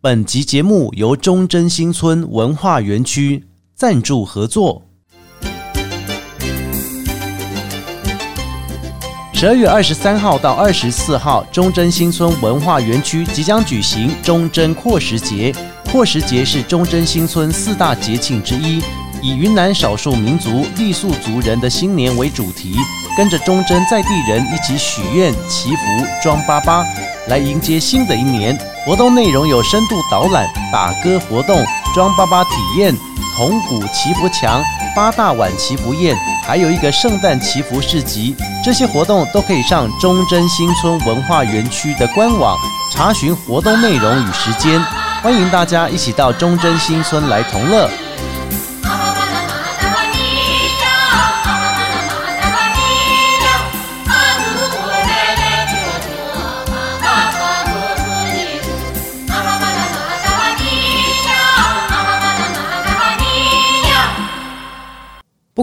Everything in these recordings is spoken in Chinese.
本集节目由忠贞新村文化园区赞助合作。十二月二十三号到二十四号，忠贞新村文化园区即将举行忠贞阔时节。阔时节是忠贞新村四大节庆之一，以云南少数民族傈僳族人的新年为主题，跟着忠贞在地人一起许愿、祈福、装粑粑，来迎接新的一年。活动内容有深度导览、打歌活动、装粑粑体验、铜鼓祈福墙、八大碗祈福宴，还有一个圣诞祈福市集。这些活动都可以上忠贞新村文化园区的官网查询活动内容与时间。欢迎大家一起到忠贞新村来同乐。不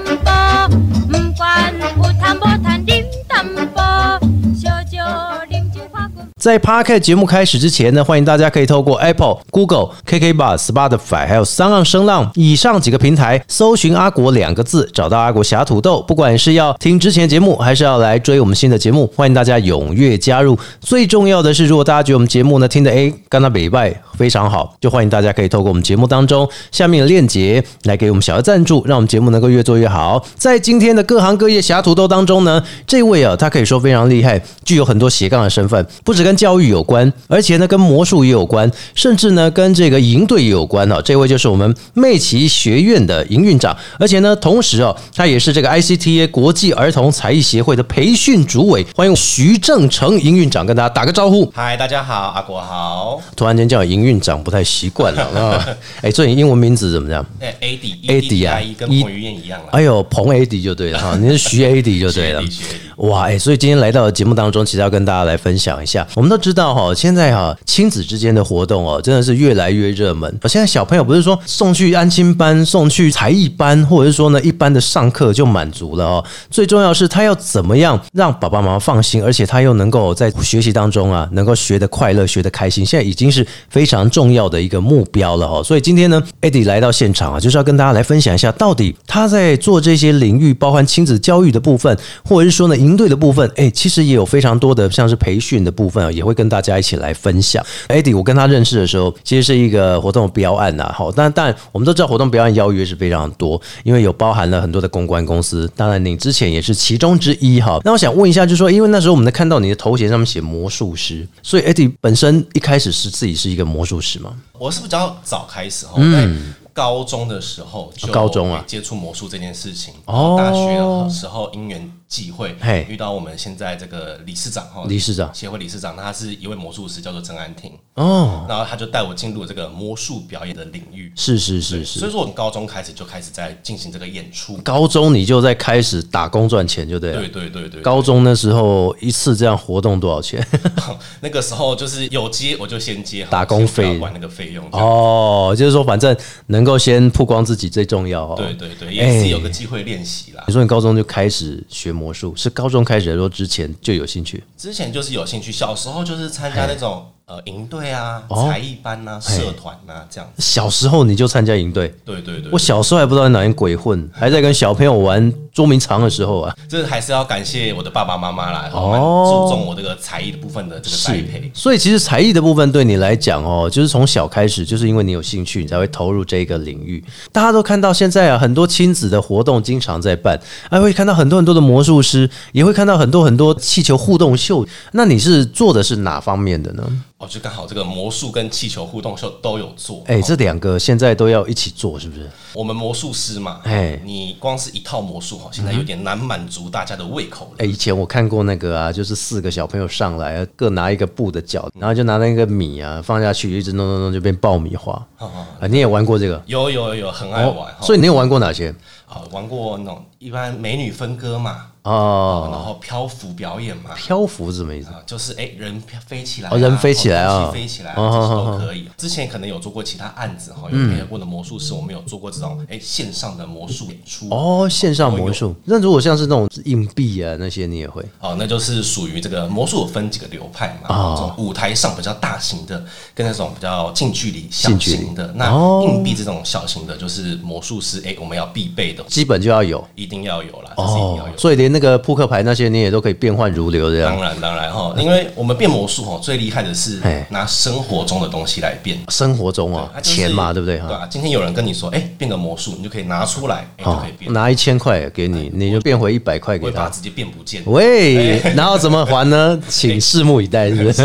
bò mừng quan u tham bò than điểm tâm bò cho cho điểm chữ hoa cùng 在 Parket 节目开始之前呢，欢迎大家可以透过 Apple、Google、KK Bar、Spotify 还有三浪声浪以上几个平台搜寻“阿国”两个字，找到阿国侠土豆。不管是要听之前节目，还是要来追我们新的节目，欢迎大家踊跃加入。最重要的是，如果大家觉得我们节目呢听得诶干到北拜非常好，就欢迎大家可以透过我们节目当中下面的链接来给我们小额赞助，让我们节目能够越做越好。在今天的各行各业侠土豆当中呢，这位啊，他可以说非常厉害，具有很多斜杠的身份，不止跟教育有关，而且呢跟魔术也有关，甚至呢跟这个营队也有关哦。这位就是我们妹奇学院的营运长，而且呢同时哦，他也是这个 ICTA 国际儿童才艺协会的培训主委。欢迎徐正成营运长跟大家打个招呼。嗨，大家好，阿国好。突然间叫营运长不太习惯了啊！哎，所以你英文名字怎么样？那 AD AD 哎啊 EDI 跟一彭于哎晏一样了。哎呦，彭 AD 就对了哈，你是徐 AD 就对了徐 AD 徐 AD。哇，哎、所以今天来到节目当中，其实要跟大家来分享一下。我们都知道哈，现在哈亲子之间的活动哦，真的是越来越热门。现在小朋友不是说送去安亲班、送去才艺班，或者是说呢一般的上课就满足了哦。最重要是他要怎么样让爸爸妈妈放心，而且他又能够在学习当中啊，能够学得快乐、学得开心，现在已经是非常重要的一个目标了哦。所以今天呢，Eddie 来到现场啊，就是要跟大家来分享一下，到底他在做这些领域，包含亲子教育的部分，或者是说呢营队的部分，哎，其实也有非常多的像是培训的部分啊，也会跟大家一起来分享。Eddie，我跟他认识的时候，其实是一个活动标案呐、好，但但我们都知道活动标案邀约是非常多，因为有包含了很多的公关公司，当然你之前也是其中之一哈。那我想问一下，就是说，因为那时候我们在看到你的头衔上面写魔术师，所以 Eddie 本身一开始是自己是一个魔术师吗？我是比较早开始哈，在高中的时候就高中嗯啊接触魔术这件事情。哦哦，大学的时候因缘际会嘿遇到我们现在这个理事长哈，理事长协会理事长，那他是一位魔术师，叫做郑安婷，哦，然后他就带我进入这个魔术表演的领域。是是是所以是，说，我们高中开始就开始在进行这个演出。高中你就在开始打工赚钱，就对了。对对对对，高中那时候一次这样活动多少钱？ 那个时候就是有接我就先接，打工费先不要管那个费用。哦，哦，就是说反正能够先曝光自己最重要哦。对对对，也是有个机会练习啦。你说你高中就开始学魔术，是高中开始还是说之前就有兴趣？之前就是有兴趣，小时候就是参加那种呃营队啊、哎哦才艺班啊、社团啊这样子。小时候你就参加营队？对对对我，小时候还不知道哪边鬼混，还在跟小朋友玩捉迷藏的时候啊。这还是要感谢我的爸爸妈妈啦，哦蛮注重我这个才艺的部分的这个栽培。所以其实才艺的部分对你来讲哦，就是从小开始，就是因为你有兴趣，你才会投入这个领域。大家都看到现在啊，很多亲子的活动经常在办，还会看到很多很多的魔术师，也会看到很多很多气球互动秀。那你是做的是哪方面的呢？哦，就刚好这个魔术跟气球互动秀都有做。哎、这两个现在都要一起做，是不是？我们魔术师嘛，哎嗯你光是一套魔术哦，现在有点难满足大家的胃口了。哎、以前我看过那个啊，就是四个小朋友上来，啊各拿一个布的角，然后就拿那个米啊放下去，一直弄弄弄就变爆米花。啊，你也玩过这个？有有有，很爱玩。哦哦所以以你有玩过哪些？啊，玩过那种一般美女分割嘛，然哦，后漂浮表演嘛，漂浮是什么意思？啊，就是哎、人飘飞起来、啊哦人飞起来啊或东西飞起来、啊，哦这些哦哦都可以。之前可能有做过其他案子哈，嗯有配合过的魔术师，我们有做过这种哎、线上的魔术演出哦哦，线上魔术。那如果像是那种硬币啊那些，你也会哦那就是属于这个魔术有分几个流派嘛，哦这种舞台上比较大型的，跟那种比较近距离小近距离型的，那哦硬币这种小型的，就是魔术师哎、我们要必备的，基本就要有一定要有啦，这是一定要哦有。，所以连那个扑克牌那些你也都可以变换如流这样当。然，当然哈，因为我们变魔术哈，最厉害的是嘿拿生活中的东西来变。生活中哦它，啊就是钱嘛，对不对对哈？啊，今天有人跟你说，哎、变个魔术，你就可以拿出来，哎、就哦可以，变，拿一千块给你，你就变回一百块不给会把它哎他。直接变不见。 喂，然后怎么还呢？请拭目以待，是不是？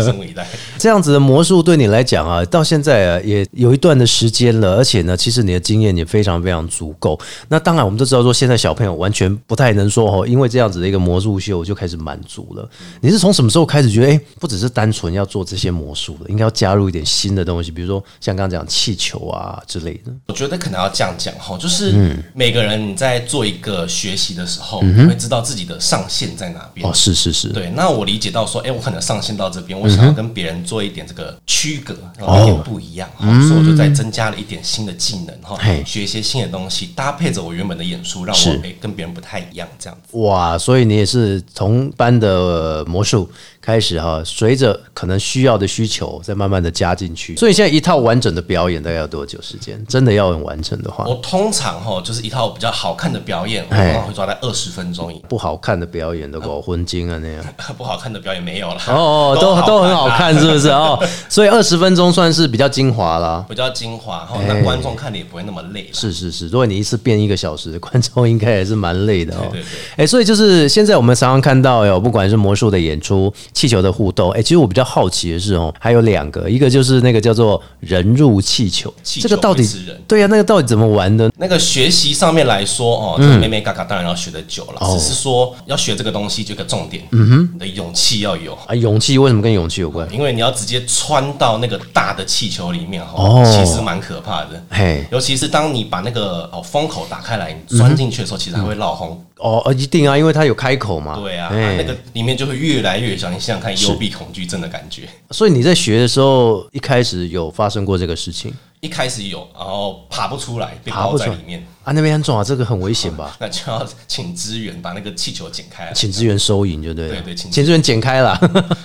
拭目以待。这样子的魔术对你来讲啊，到现在啊也有一段的时间了，而且呢，其实你的经验也非常非常足够。那当然，我们都知道说，现在小朋友完全不太能说哦，因为这样子的一个魔术秀就开始满足了。你是从什么时候开始觉得，哎、不只是单纯要做这些魔术的，应该要加入一点新的东西，比如说像刚刚讲气球啊之类的。我觉得可能要这样讲哈，就是每个人你在做一个学习的时候，会知道自己的上限在哪边哦，。是是是，对，那我理解到说，哎、我可能上线到这边，我想要跟别人做一点这个区隔，然后有点不一样，哈所以我就再增加了一点新的技能哈嘿，学一些新的东西，搭配着我原本的演出，让我是哎、跟别人不太一样这样子。哇，所以你也是从班的呃魔术开始哈，随着可能需要的需求，再慢慢的加进去。所以现在一套完整的表演大概要多久时间？真的要很完整的话我，通常哈就是一套比较好看的表演，我嘿通常会抓在二十分钟以内。 不好看的表演都搞婚金啊那样。不好看的表演没有了，哦，哦， 都都很好啦，看，是不是？哦，所以二十分钟算是比较精华啦。比较精华，哈，那哎观众看的也不会那么累了。是是是，如果你一次变一个小时，观众应该也是蛮累的哦。对对对哎、所以就是现在我们常常看到哟，不管是魔术的演出、气球的互动，哎、其实我比较好奇的是哦，还有两个，一个就是那个叫做人入气球，气这个球到会底吃人对呀、那个到底怎么玩的？那个学习上面来说，哦，这个妹妹嘎嘎当然要学的久了，嗯哦只是说要学这个东西，就有一个重点，嗯哼，你的勇气要有，啊，勇气为什么跟勇气有关？因为你要直接穿到那个大的气球里面，哦哦，其实蛮可怕的。嘿，尤其是当你把那个哦风口打开来，你钻进去的时候，其实它会绕红。哦，呃一定啊，因为它有开口嘛。对啊，哎那个里面就会越来越小。你想想看，幽闭恐惧症的感觉，所以你在学的时候，一开始有发生过这个事情，一开始有，然后爬不出来，被爬包不出在来里面。啊，那边很重啊，这个很危险吧？那就要请支援把那个气球剪开来。请支援收银就对了，对对请请支援剪开了。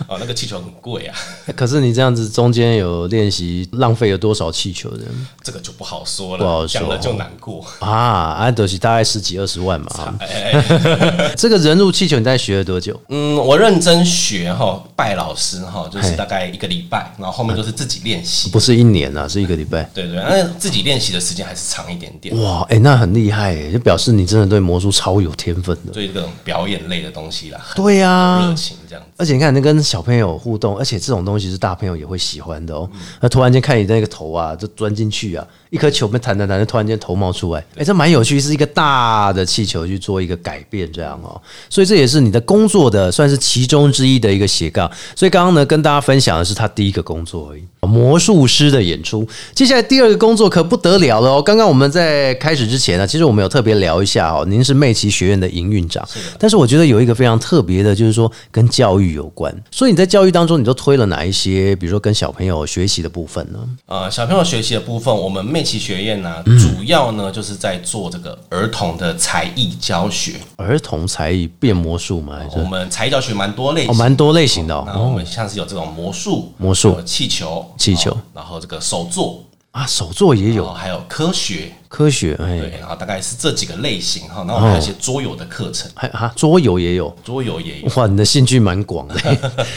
哦，那个气球很贵啊， 可是你这样子中间有练习，浪费了多少气球的这个就不好说不好了，说讲了就难过。啊？安德西大概十几二十万嘛。哎哎哎 这个人入气球，你大概学了多久？嗯，我认真学哈，拜老师哈，就嘿是大概一个礼拜，然后后面就是自己练习。不是一年啊，是一个礼拜。对对，那自己练习的时间还是长一点点。哇，哎、那很厉害、欸，就表示你真的对魔术超有天分的。对这种表演类的东西啦，很对呀、热情这样子。而且你看，那跟小朋友互动，而且这种东西是大朋友也会喜欢的哦。嗯那突然间看你那个头啊，就钻进去啊，一颗球被弹弹弹，就突然间头冒出来，哎、这蛮有趣，是一个大的气球去做一个改变，这样哦。所以这也是你的工作的算是其中之一的一个斜杠。所以刚刚呢，跟大家分享的是他第一个工作而已，魔术师的演出。接下来第二个工作可不得了了哦。刚刚我们在开始之前呢、其实我们有特别聊一下哦，您是妹奇学院的营运长，但是我觉得有一个非常特别的，就是说跟教育有关。所以你在教育当中，你都推了哪一些？比如说跟小朋友学习的部分呢？呃，小朋友学习的部分，我们妹奇学院呢、嗯主要呢就是在做这个儿童的才艺教学。儿童才艺变魔术吗？还是我们才艺教学蛮多类哦，型的蛮多类型的哦。那我哦们像是有这种魔术、魔术呃气球、气球哦然后这个手作，啊，手作也然后有，还有科学，科学哎，对，然后大概是这几个类型哈。哦然后还有一些桌游的课程，还啊，桌游也有。桌游也有。哇，你的兴趣蛮广 的。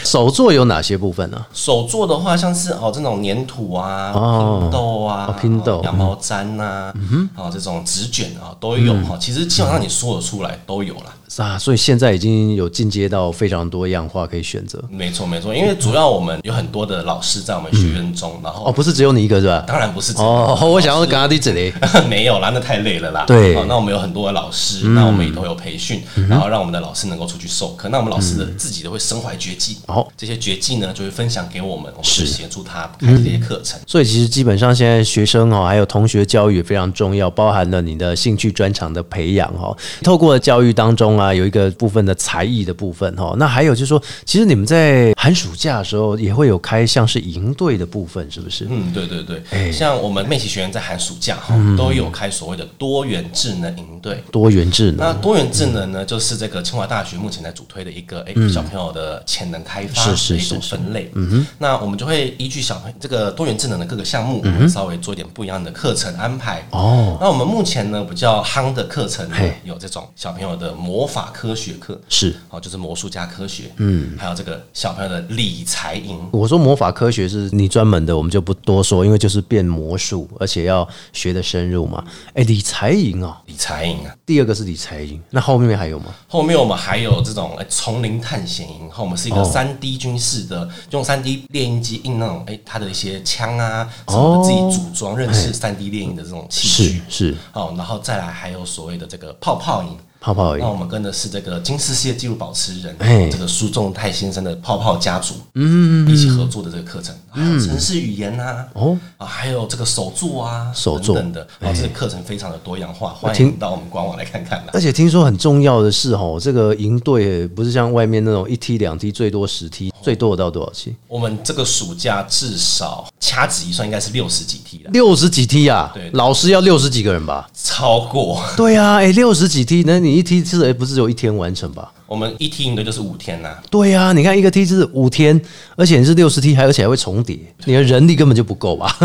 手作有哪些部分呢、手作的话，像是哦这种粘土啊、哦拼豆啊、哦拼豆嗯哦羊毛毡啊，哦这种纸卷啊都有哈。其实基本上你说得出来都有啦。啊，所以现在已经有进阶到非常多样化可以选择。没错没错，因为主要我们有很多的老师在我们学院中，然哦，后不是只有你一个是吧？当然不是只有哦，我想要跟阿弟这里， 没有啦，那太累了啦。哦对嗯好那我们有很多的老师，那我们也都有培训，然后让我们的老师能够出去授课。那我们老师的自己都会身怀绝技，嗯哦这些绝技呢，就会分享给我们，我们就协助他开这些课程。所以其实基本上现在学生哦，还有同学教育也非常重要，包含了你的兴趣专长的培养哦。透过教育当中啊，有一个部分的才艺的部分哦。那还有就是说，其实你们在寒暑假的时候也会有开像是营队的部分，是不是？嗯，对对对，哎像我们妹企学员在寒暑假哈、嗯都有开所谓的多元智能营队。多元智能那多元智能呢，就是这个清华大学目前在主推的一个诶、哎小朋友的潜能开发嗯是是的一种是是嗯分类。那我们就会依据小朋友这个多元智能的各个项目，稍微做一点不一样的课程安排。嗯哦，那我们目前呢比较夯的课程呢嘿，有这种小朋友的魔法科学课，是。好、就是魔术加科学，嗯，还有这个小朋友的理财营，我说魔法科学是你专门的，我们就不多说，因为就是变魔术，而且要学的深入嘛。哎，理财营哦，理财营啊。第二个是理财营，那后面还有吗？后面我们还有这种哎丛林探险营，后我们是一个哦三 D 军事的，用三 D 猎鹰机印那种哎它的一些枪啊什么的自己组装认识三 D 猎鹰的这种器哦是具。是，哦，然后再来还有所谓的这个泡泡营，泡泡那我营们跟的是这个金世界纪录保持人哎这个苏仲泰先生的泡泡家族，嗯，一起合作的这个课程，还有城市语言呐，嗯哦，啊，还有这个手作啊，手作等等的，哦，这个课程非常的多样化，欢听迎到我们官网来看看啦。而且听说很重要的是哦，这个营队不是像外面那种一梯两梯，最多十梯，最多得到多少期？我们这个暑假至少掐指一算，应该是六十几梯了，六十几梯啊对！老师要六十几个人吧？超过对啊，哎、六十几梯，那你一梯至少也不是只有一天完成吧？我们一梯营队就是五天呐、对啊，你看一个梯是五天，而且你是六十梯，还而且还会重叠，你的人力根本就不够吧？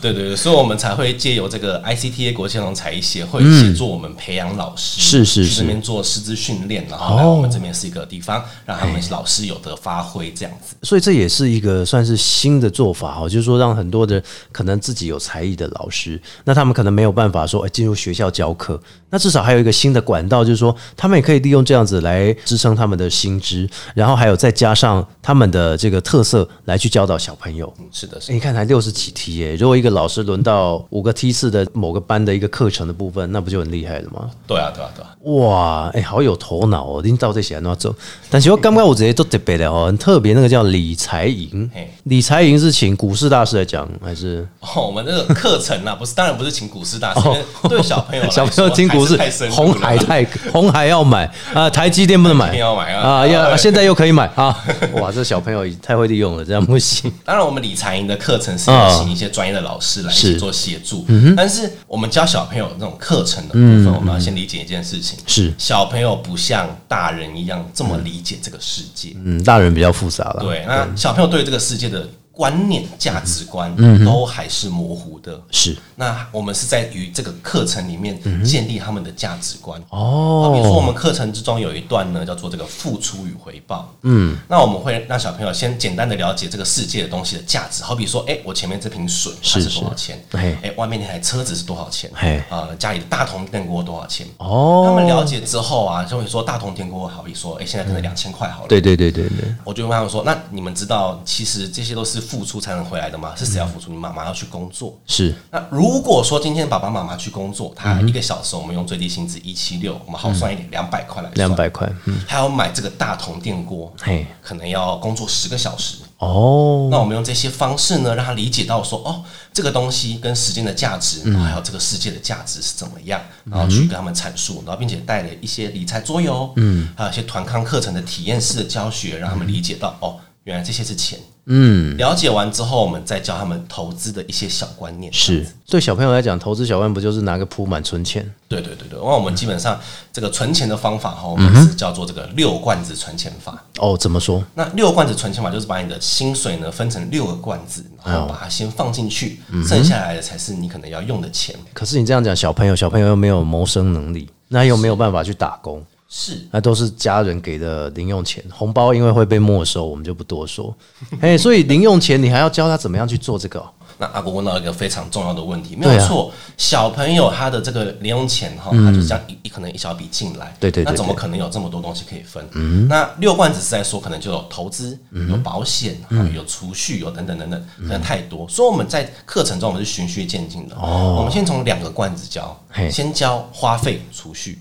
对对对，所以我们才会借由这个 ICTA 国际儿童才艺协会协助我们培养老师，是是哦是去这边做师资训练，然后来我们这边是一个地方，让他们老师有的发挥这样子。所以这也是一个算是新的做法哦，就是说让很多的可能自己有才艺的老师，那他们可能没有办法说哎进入学校教课，那至少还有一个新的管道，就是说他们也可以利用这样子来支撑他们的薪资，然后还有再加上他们的这个特色来去教导小朋友。嗯，是的，是诶的。你哎看才六十几题耶，如果一个老师轮到五个梯次的某个班的一个课程的部分，那不就很厉害了吗？对啊，对啊，对啊。哇，哎、好有头脑哦！恁到底是安怎做？但是我感觉有一个都特别的哦，很特别，那个叫理财营嘿。理财营是请股市大师来讲，还 是哦，我们这个课程啊，不是，当然不是请股市大师，因为对小朋友来说哦 小朋友听股市还是太深，红入了海太红海要买啊，台积电不能买，台积电要买啊啊，对要 现在又可以买啊！ 哇，这小朋友太会利用了，这样不行。当然，我们理财营的课程是要请一些专业的老师来嗯一是嗯起做协助，但是我们教小朋友这种课程的部分，我们要先理解一件事情：是小朋友不像大人一样这么理解这个世界。嗯，大人比较复杂了。对，那小朋友对这个世界的观嗯念、价值观都还是模糊的。是那我们是在于这个课程里面嗯建立他们的价值观。好，比如说我哦，们课程之中有一段呢，叫做这个付出与回报。嗯，那我们会让小朋友先简单的了解这个世界的东西的价值，好比说，哎、我前面这瓶水它是是是多少钱？嘿哎、外面那台车子是多少钱？嘿啊、家里的大铜电锅多少钱？哦他们了解之后啊，就会说大铜电锅，好比说，哎、现在可能两千块好嗯了。对对对对对，我就问他们说：“那你们知道，其实这些都是付出才能回来的吗？是谁要付出？你妈妈要去工作，是那如果说今天爸爸妈妈去工作，他一个小时我们用最低薪资一七六，我们好算一点，两百块来算嗯两百，块。嗯，还要买这个大铜电锅，嘿，可能要工作十个小时。哦，那我们用这些方式呢，让他理解到说，哦，这个东西跟时间的价值，嗯然后还有这个世界的价值是怎么样，然后去跟他们阐述，然后并且带了一些理财桌游，嗯，还有一些团康课程的体验式的教学，让他们理解到，嗯哦，原来这些是钱。嗯，了解完之后，我们再教他们投资的一些小观念。是对小朋友来讲，投资小万不就是拿个铺满存钱？对对对对，因为我们基本上这个存钱的方法哈，我们是叫做这个六罐子存钱法。哦，怎么说？那六罐子存钱法就是把你的薪水呢分成六个罐子，然后把它先放进去，剩下来的才是你可能要用的钱。可是你这样讲，小朋友小朋友又没有谋生能力，那又没有办法去打工，是，那都是家人给的零用钱，红 包因为会被没收，我们就不多说。哎，所以零用钱你还要教他怎么样去做这个哦、那阿国问到一个非常重要的问题，没对啊有错，小朋友他的这个零用钱哈，他就这样一一可能一小笔进来，嗯对对对那怎么对嗯可能有这么多东西可以分？那六罐只是在说，可能就有投资、有保险、嗯有储蓄、有等等等等，可能太多。所以我们在课程中我们是循序渐进的，我们先从两个罐子教哦嘿，嗯先教花费储蓄。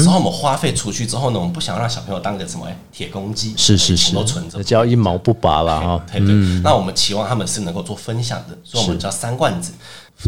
之后我们花费储蓄之后呢，我们不想让小朋友当个什么哎铁公鸡，是是钱是都存着，，叫一毛不拔了 哈。哦对对，嗯那我们期望他们是能够做分享的，所以我们叫三罐子：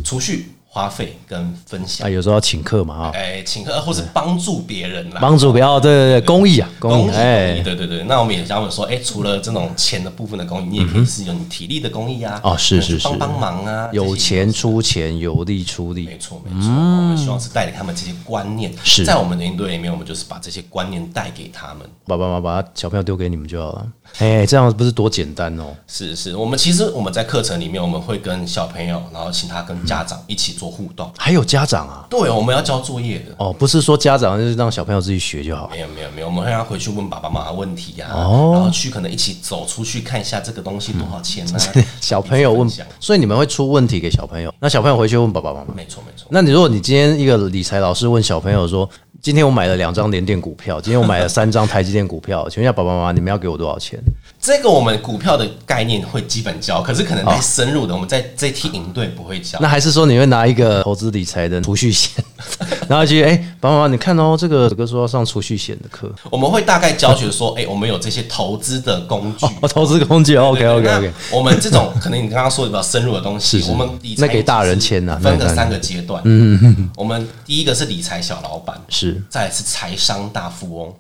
储蓄、花费跟分享啊，。有时候要请客嘛哈，哎，请客或是帮助别人啦，帮助给哦，对对对，公益啊，公益益，公益，哎，对对对。那我们也想问说，哎，除了这种钱的部分的公益，你也可以是有你体力的公益啊，嗯哦是可能去是帮是帮忙啊，有这些钱出钱，有力出没力，错，没错。我们希望是带给他们这些观念，是在我们的营队里面，我们就是把这些观念带给他们。爸爸妈妈把小朋友丢给你们就好了。哎，这样不是多简单哦？是是，我们其实我们在课程里面，我们会跟小朋友，然后请他跟家长一起做互动。还有家长啊，对，我们要交作业的。哦，不是说家长就是让小朋友自己学就好，没有没有没有，我们会让他回去问爸爸妈妈问题呀、哦然后去可能一起走出去看一下这个东西多少钱啊呢、 小朋友问一起分享，所以你们会出问题给小朋友，那小朋友回去问爸爸妈妈。没错没错，那你如果你今天一个理财老师问小朋友说，今天我买了两张联电股票，今天我买了三张台积电股票，请问一下爸爸妈妈，你们要给我多少钱？这个我们股票的概念会基本教，可是可能太深入的，我们在这一梯营队不会教。那还是说你会拿一个投资理财的储蓄险， 然后去哎、爸爸妈妈，你看哦，这个哥说要上储蓄险的课，我们会大概教学说，哎、我们有这些投资的工具。哦，投资工具，OK OK OK，那我们这种可能你刚刚说的比较深入的东西，是是我们理财那给大人签呐分那了当然三个阶段。嗯，我们第一个是理财小老板，是再来是财商大富翁，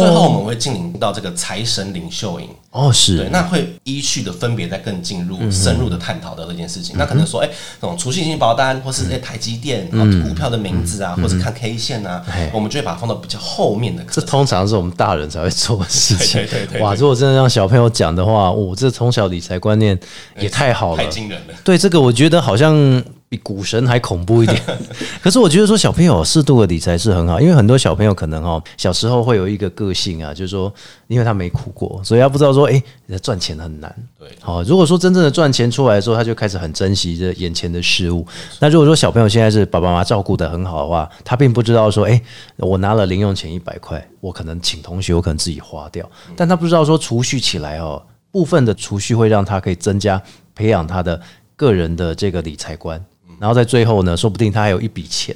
最后我哦们会进行到这个财神领袖营。哦对，是那会依序的分别再更进嗯入、深入的探讨到这件事情。那可能说，哎、那种储蓄型保单，或是嗯哎、台积电、啊股票的名字啊，或是看 K 线啊，哎我们就会把它放到比较后面的这课程。通常是我们大人才会做的事情。对对对对对哇，如果真的让小朋友讲的话，我、这从小理财观念也太好了太。惊人了。对这个，我觉得好像比股神还恐怖一 点。可是我觉得说，小朋友适度的理财是很好，因为很多小朋友可能哦，小时候会有一个个性啊，就是说，因为他没苦过，所以他不知道说，哎，赚钱很难。对好、如果说真正的赚钱出来的时候，他就开始很珍惜这眼前的事物。那如果说小朋友现在是爸爸妈妈照顾的很好的话，他并不知道说，哎，我拿了零用钱一百块，我可能请同学，我可能自己花掉，但他不知道说储蓄起来哦，部分的储蓄会让他可以增加培养他的个人的这个理财观。然后在最后呢，说不定他还有一笔钱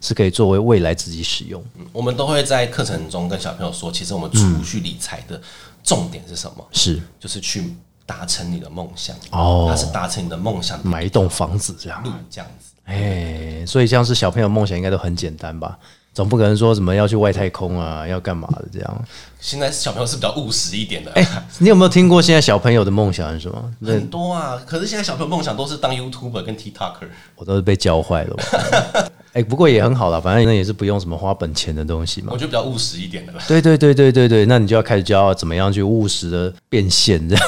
是可以作为未来自己使用。我们都会在课程中跟小朋友说，其实我们储蓄理财嗯的重点是什么？是就是去达成你的梦想。哦它是达成你的梦想的买一栋房子这样路，这样子。哎，所以像是小朋友梦想应该都很简单吧？总不可能说什么要去外太空啊，要干嘛的这样？现在小朋友是比较务实一点的。哎、你有没有听过现在小朋友的梦想是什么？那很多啊，可是现在小朋友梦想都是当 YouTuber 跟 TikToker。我都是被教坏了吧。哎、不过也很好啦，反正那也是不用什么花本钱的东西嘛我。觉得比较务实一点的啦。对对对对对对，那你就要开始教怎么样去务实的变现这样。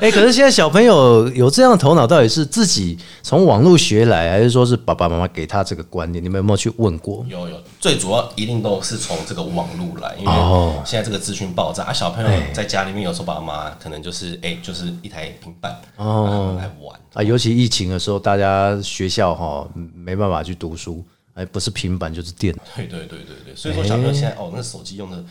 哎、可是现在小朋友有这样的头脑，到底是自己从网络学来，还是说是爸爸妈妈给他这个观念？你们有没有去问过？有有，最主要一定都是从这个网络来，因哦为现在这个资讯爆炸啊，小朋友哎在家里面有时候爸妈可能就是哎、就是一台平板哦哦来玩，啊，尤其疫情的时候，大家学校哈没办法去读书，哎，不是平板就是电脑，对对对对对，所以说小朋友现在、哦，那手机用的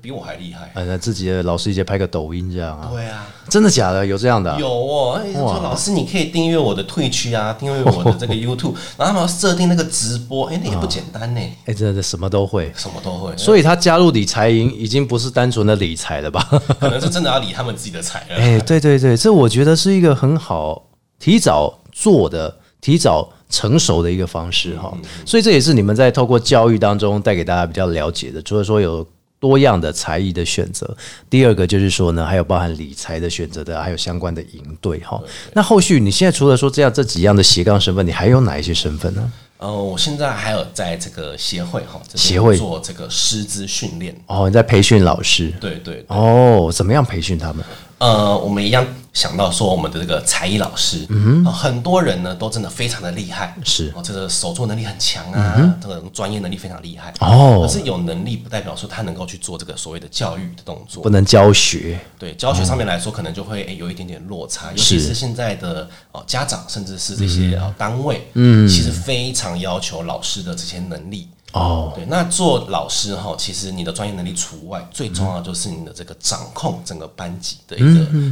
比我还厉害，哎，那自己的老师一些拍个抖音这样啊，对啊。真的假的？有这样的啊、有哦，哎、说老师，你可以订阅我的退区啊，订阅我的这个 YouTube，然后他们要设定那个直播，哎、那也不简单呢、哎，真的什么都会，什么都会，所所以他加入理财营已经不是单纯的理财了吧？ 以可能是真的要理他们自己的啊财了。哎，对对对，这我觉得是一个很好提早做的、提早成熟的一个方式哈。所以这也是你们在透过教育当中带给大家比较了解的，除了说有。多样的才艺的选择，第二个就是说呢，还有包含理财的选择的，还有相关的营队哈。那后续你现在除了说这样这几样的斜杠身份，你还有哪一些身份呢？呃，我现在还有在这个协会哈，这边协会做这个师资训练，哦，你在培训老师对对，哦，怎么样培训他们？呃，我们一样想到说我们的这个才艺老师，嗯、很多人呢都真的非常的厉害，是嗯哦，这个手作能力很强啊，这个专业能力非常厉害哦可是有能力不代表说他能够去做这个所谓的教育的动作不，能教学，对教学上面来说，可能就会诶有一点点落差，尤其是是现在的哦家长，甚至是这些呃单位，嗯，其实非常要求老师的这些能力。哦，对，那做老师哈，其实你的专业能力除外，最重要就是你的这个掌控整个班级的一个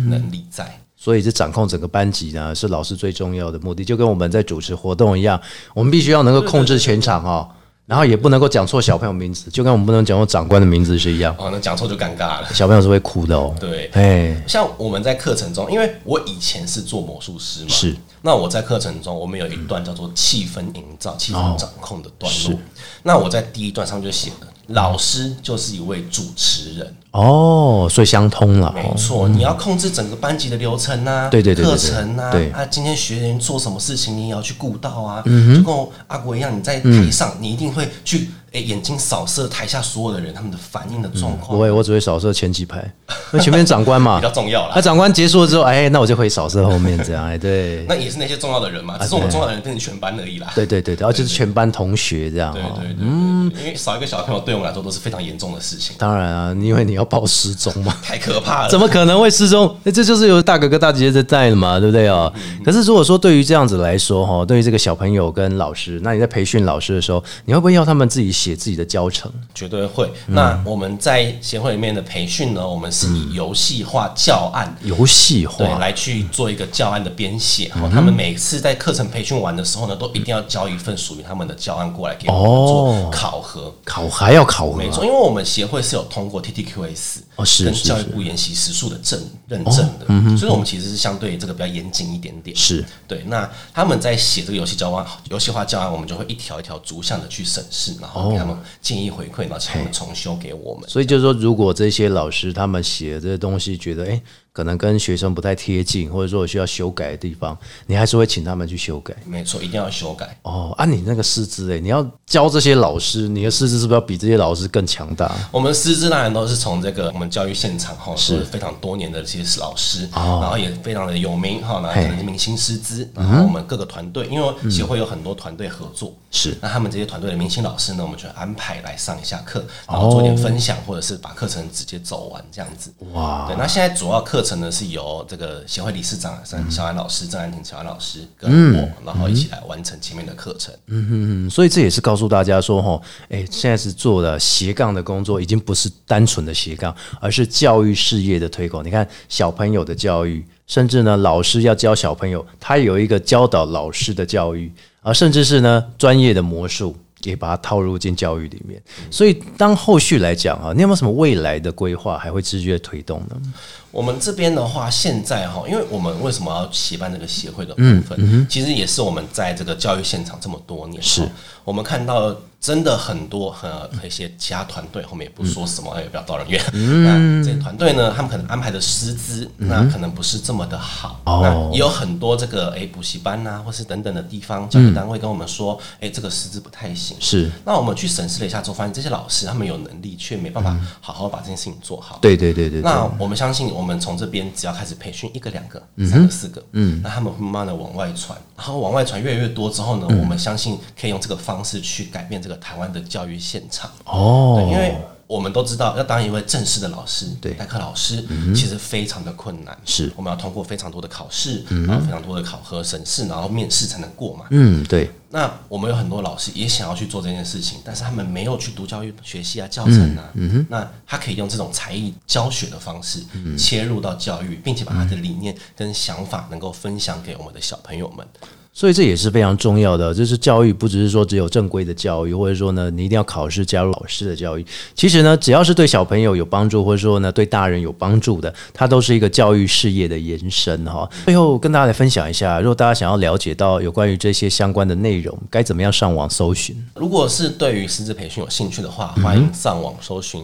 能力在。所以这掌控整个班级呢，是老师最重要的目的，就跟我们在主持活动一样，我们必须要能够控制全场哦，然后也不能够讲错小朋友名字，就跟我们不能讲错长官的名字是一样，哦，那讲错就尴尬了。 小朋友是会哭的哦。对，哎，像我们在课程中，因为我以前是做魔术师嘛，是。那我在课程中，我们有一段叫做气氛营造、气氛掌控的段落。那我在第一段上面就写了，老师就是一位主持人，哦，所以相通了没哦，错，你要控制整个班级的流程呐、啊，对对对对课对程呐、对嗯啊，今天学员做什么事情，你也要去顾到啊。就跟我阿国一样，你在台上，你一定会去诶、眼睛扫射台下所有的人他们的反应的状况，不会，嗯我只会扫射前几排，因为前面长官嘛 比较，重要啦那。长官结束了之后，哎，那我就可以扫射后面这 样，哎，对，那也是那些重要的人啊嘛，只是我们重要的人变成全班而已啦。对对对对，然哦后就是全班同学这样对哦对。对对，因为少一个小朋友对我们来说都是非常严重的事情，当然啊，因为你要报失踪嘛。太可怕 了。怎么可能会失踪？那这就是有大哥哥大姐姐在带的嘛，对不对哦？嗯可是如果说对于这样子来说哈，对于这个小朋友跟老师，那你在培训老师的时候，你会不会要他们自己写自己的教程？绝对会。嗯那我们在协会里面的培训呢，我们是以游戏化教案。游戏化对，来去做一个教案的编写。嗯然后他们每次在课程培训完的时候呢，都一定要交一份属于他们的教案过来给我们哦做考核。考还要考核、没错，啊，因为我们协会是有通过 TTQS 哦是跟是教育是哦嗯部研习时数的证认证的，所以我们其实是相对这个比较严谨一点点。是对，那他们在写这个游戏教案、游戏化教案，我们就会一条一条逐项的去审视，然后给他们建议回馈，然后请他们重修给我们。所以哦就是说，如果这些老师他们写的这些东西，觉得哎、诶可能跟学生不太贴近，或者说有需要修改的地方，你还是会请他们去修改。没错，一定要修改。哦，按、你那个师资哎，你要教这些老师，你的师资是不是要比这些老师更强大？我们师资当然都是从这个我们教育现场哈，是非常多年的这些老师，然后也非常的有名哈，然后可能是明星师资，然后我们各个团队，因为协会有很多团队合作，是那他们这些团队的明星老师呢，我们就安排来上一下课，然后做一点分享，或者是把课程直接走完这样子。哇，对，那现在主要课程呢是由这个协会理事长郑小安老师、郑安婷小安老师跟我，然后一起来完成前面的课程。嗯，所以这也是告诉大家说，哈，哎，现在是做了斜杠的工作，已经不是单纯的斜杠，而是教育事业的推广。你看，小朋友的教育，甚至呢，老师要教小朋友，他有一个教导老师的教育，啊，甚至是呢，专业的魔术也把它套入进教育里面。所以，当后续来讲啊，你有没有什么未来的规划，还会持续的推动呢？我们这边的话，现在哈，因为我们为什么要协办这个协会的部嗯分，其实也是我们在这个教育现场这么多年，是我们看到真的很多很一些其他团队，后面也不说什嗯么，哎也不要到人怨。那这些团队呢，他们可能安排的师资，那可能不是这么的好。嗯哦那也有很多这个哎诶补习班啊呐、或是等等的地方教育单位跟我们说，诶，这个师资不太行。是，那我们去审视了一下之后，发现这些老师他们有能力，却没办法嗯好好把这件事情做好。对对对对对，那我们相信，我们从这边只要开始培训一个、两个、三个、四个，嗯，那他们会慢慢的往外传，然后往外传越来越多之后呢，嗯我们相信可以用这个方式去改变这个台湾的教育现场。对，哦，因为我们都知道，要当一位正式的老师，对嗯代课老师、其实非常的困难，是我们要通过非常多的考试，然后非常多的考核、审视，然后面试才能过嘛。嗯，对，那我们有很多老师也想要去做这件事情，但是他们没有去读教育学系啊、教程啊。那他可以用这种才艺教学的方式切入到教育，并且把他的理念跟想法能够分享给我们的小朋友们。所以这也是非常重要的，就是教育不只是说只有正规的教育，或者说呢你一定要考试加入老师的教育。其实呢，只要是对小朋友有帮助，或者说呢对大人有帮助的，它都是一个教育事业的延伸哈。最后跟大家来分享一下，如果大家想要了解到有关于这些相关的内容，该怎么样上网搜寻？如果是对于师资培训有兴趣的话，欢迎上网搜寻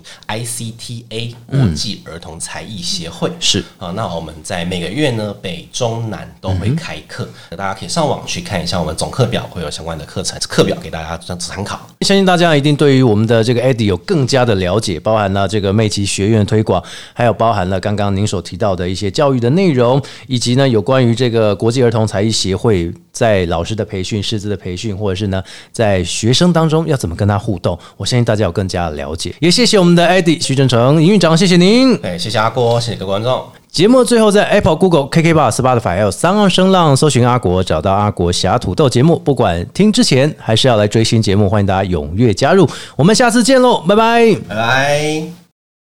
ICTA 国际儿童才艺协会。嗯是啊，那我们在每个月呢，北中南都会开课，大家可以上网网去看一下我们总课表，会有相关的课程课表给大家参考。相信大家一定对于我们的这个 Eddie 有更加的了解，包含了这个魅奇学院的推广，还有包含了刚刚您所提到的一些教育的内容，以及呢有关于这个国际儿童才艺协会在老师的培训、师资的培训，或者是呢在学生当中要怎么跟他互动，我相信大家有更加的了解。也谢谢我们的 Eddie 徐正成营运长，谢谢您。对，谢谢阿郭，谢谢各位观众。节目最后在 Apple、Google、KK Bar、Spotify 还有三岸声浪搜寻阿国，找到阿国侠土豆节目。不管听之前还是要来追新节目，欢迎大家踊跃加入。我们下次见喽，拜拜。拜拜。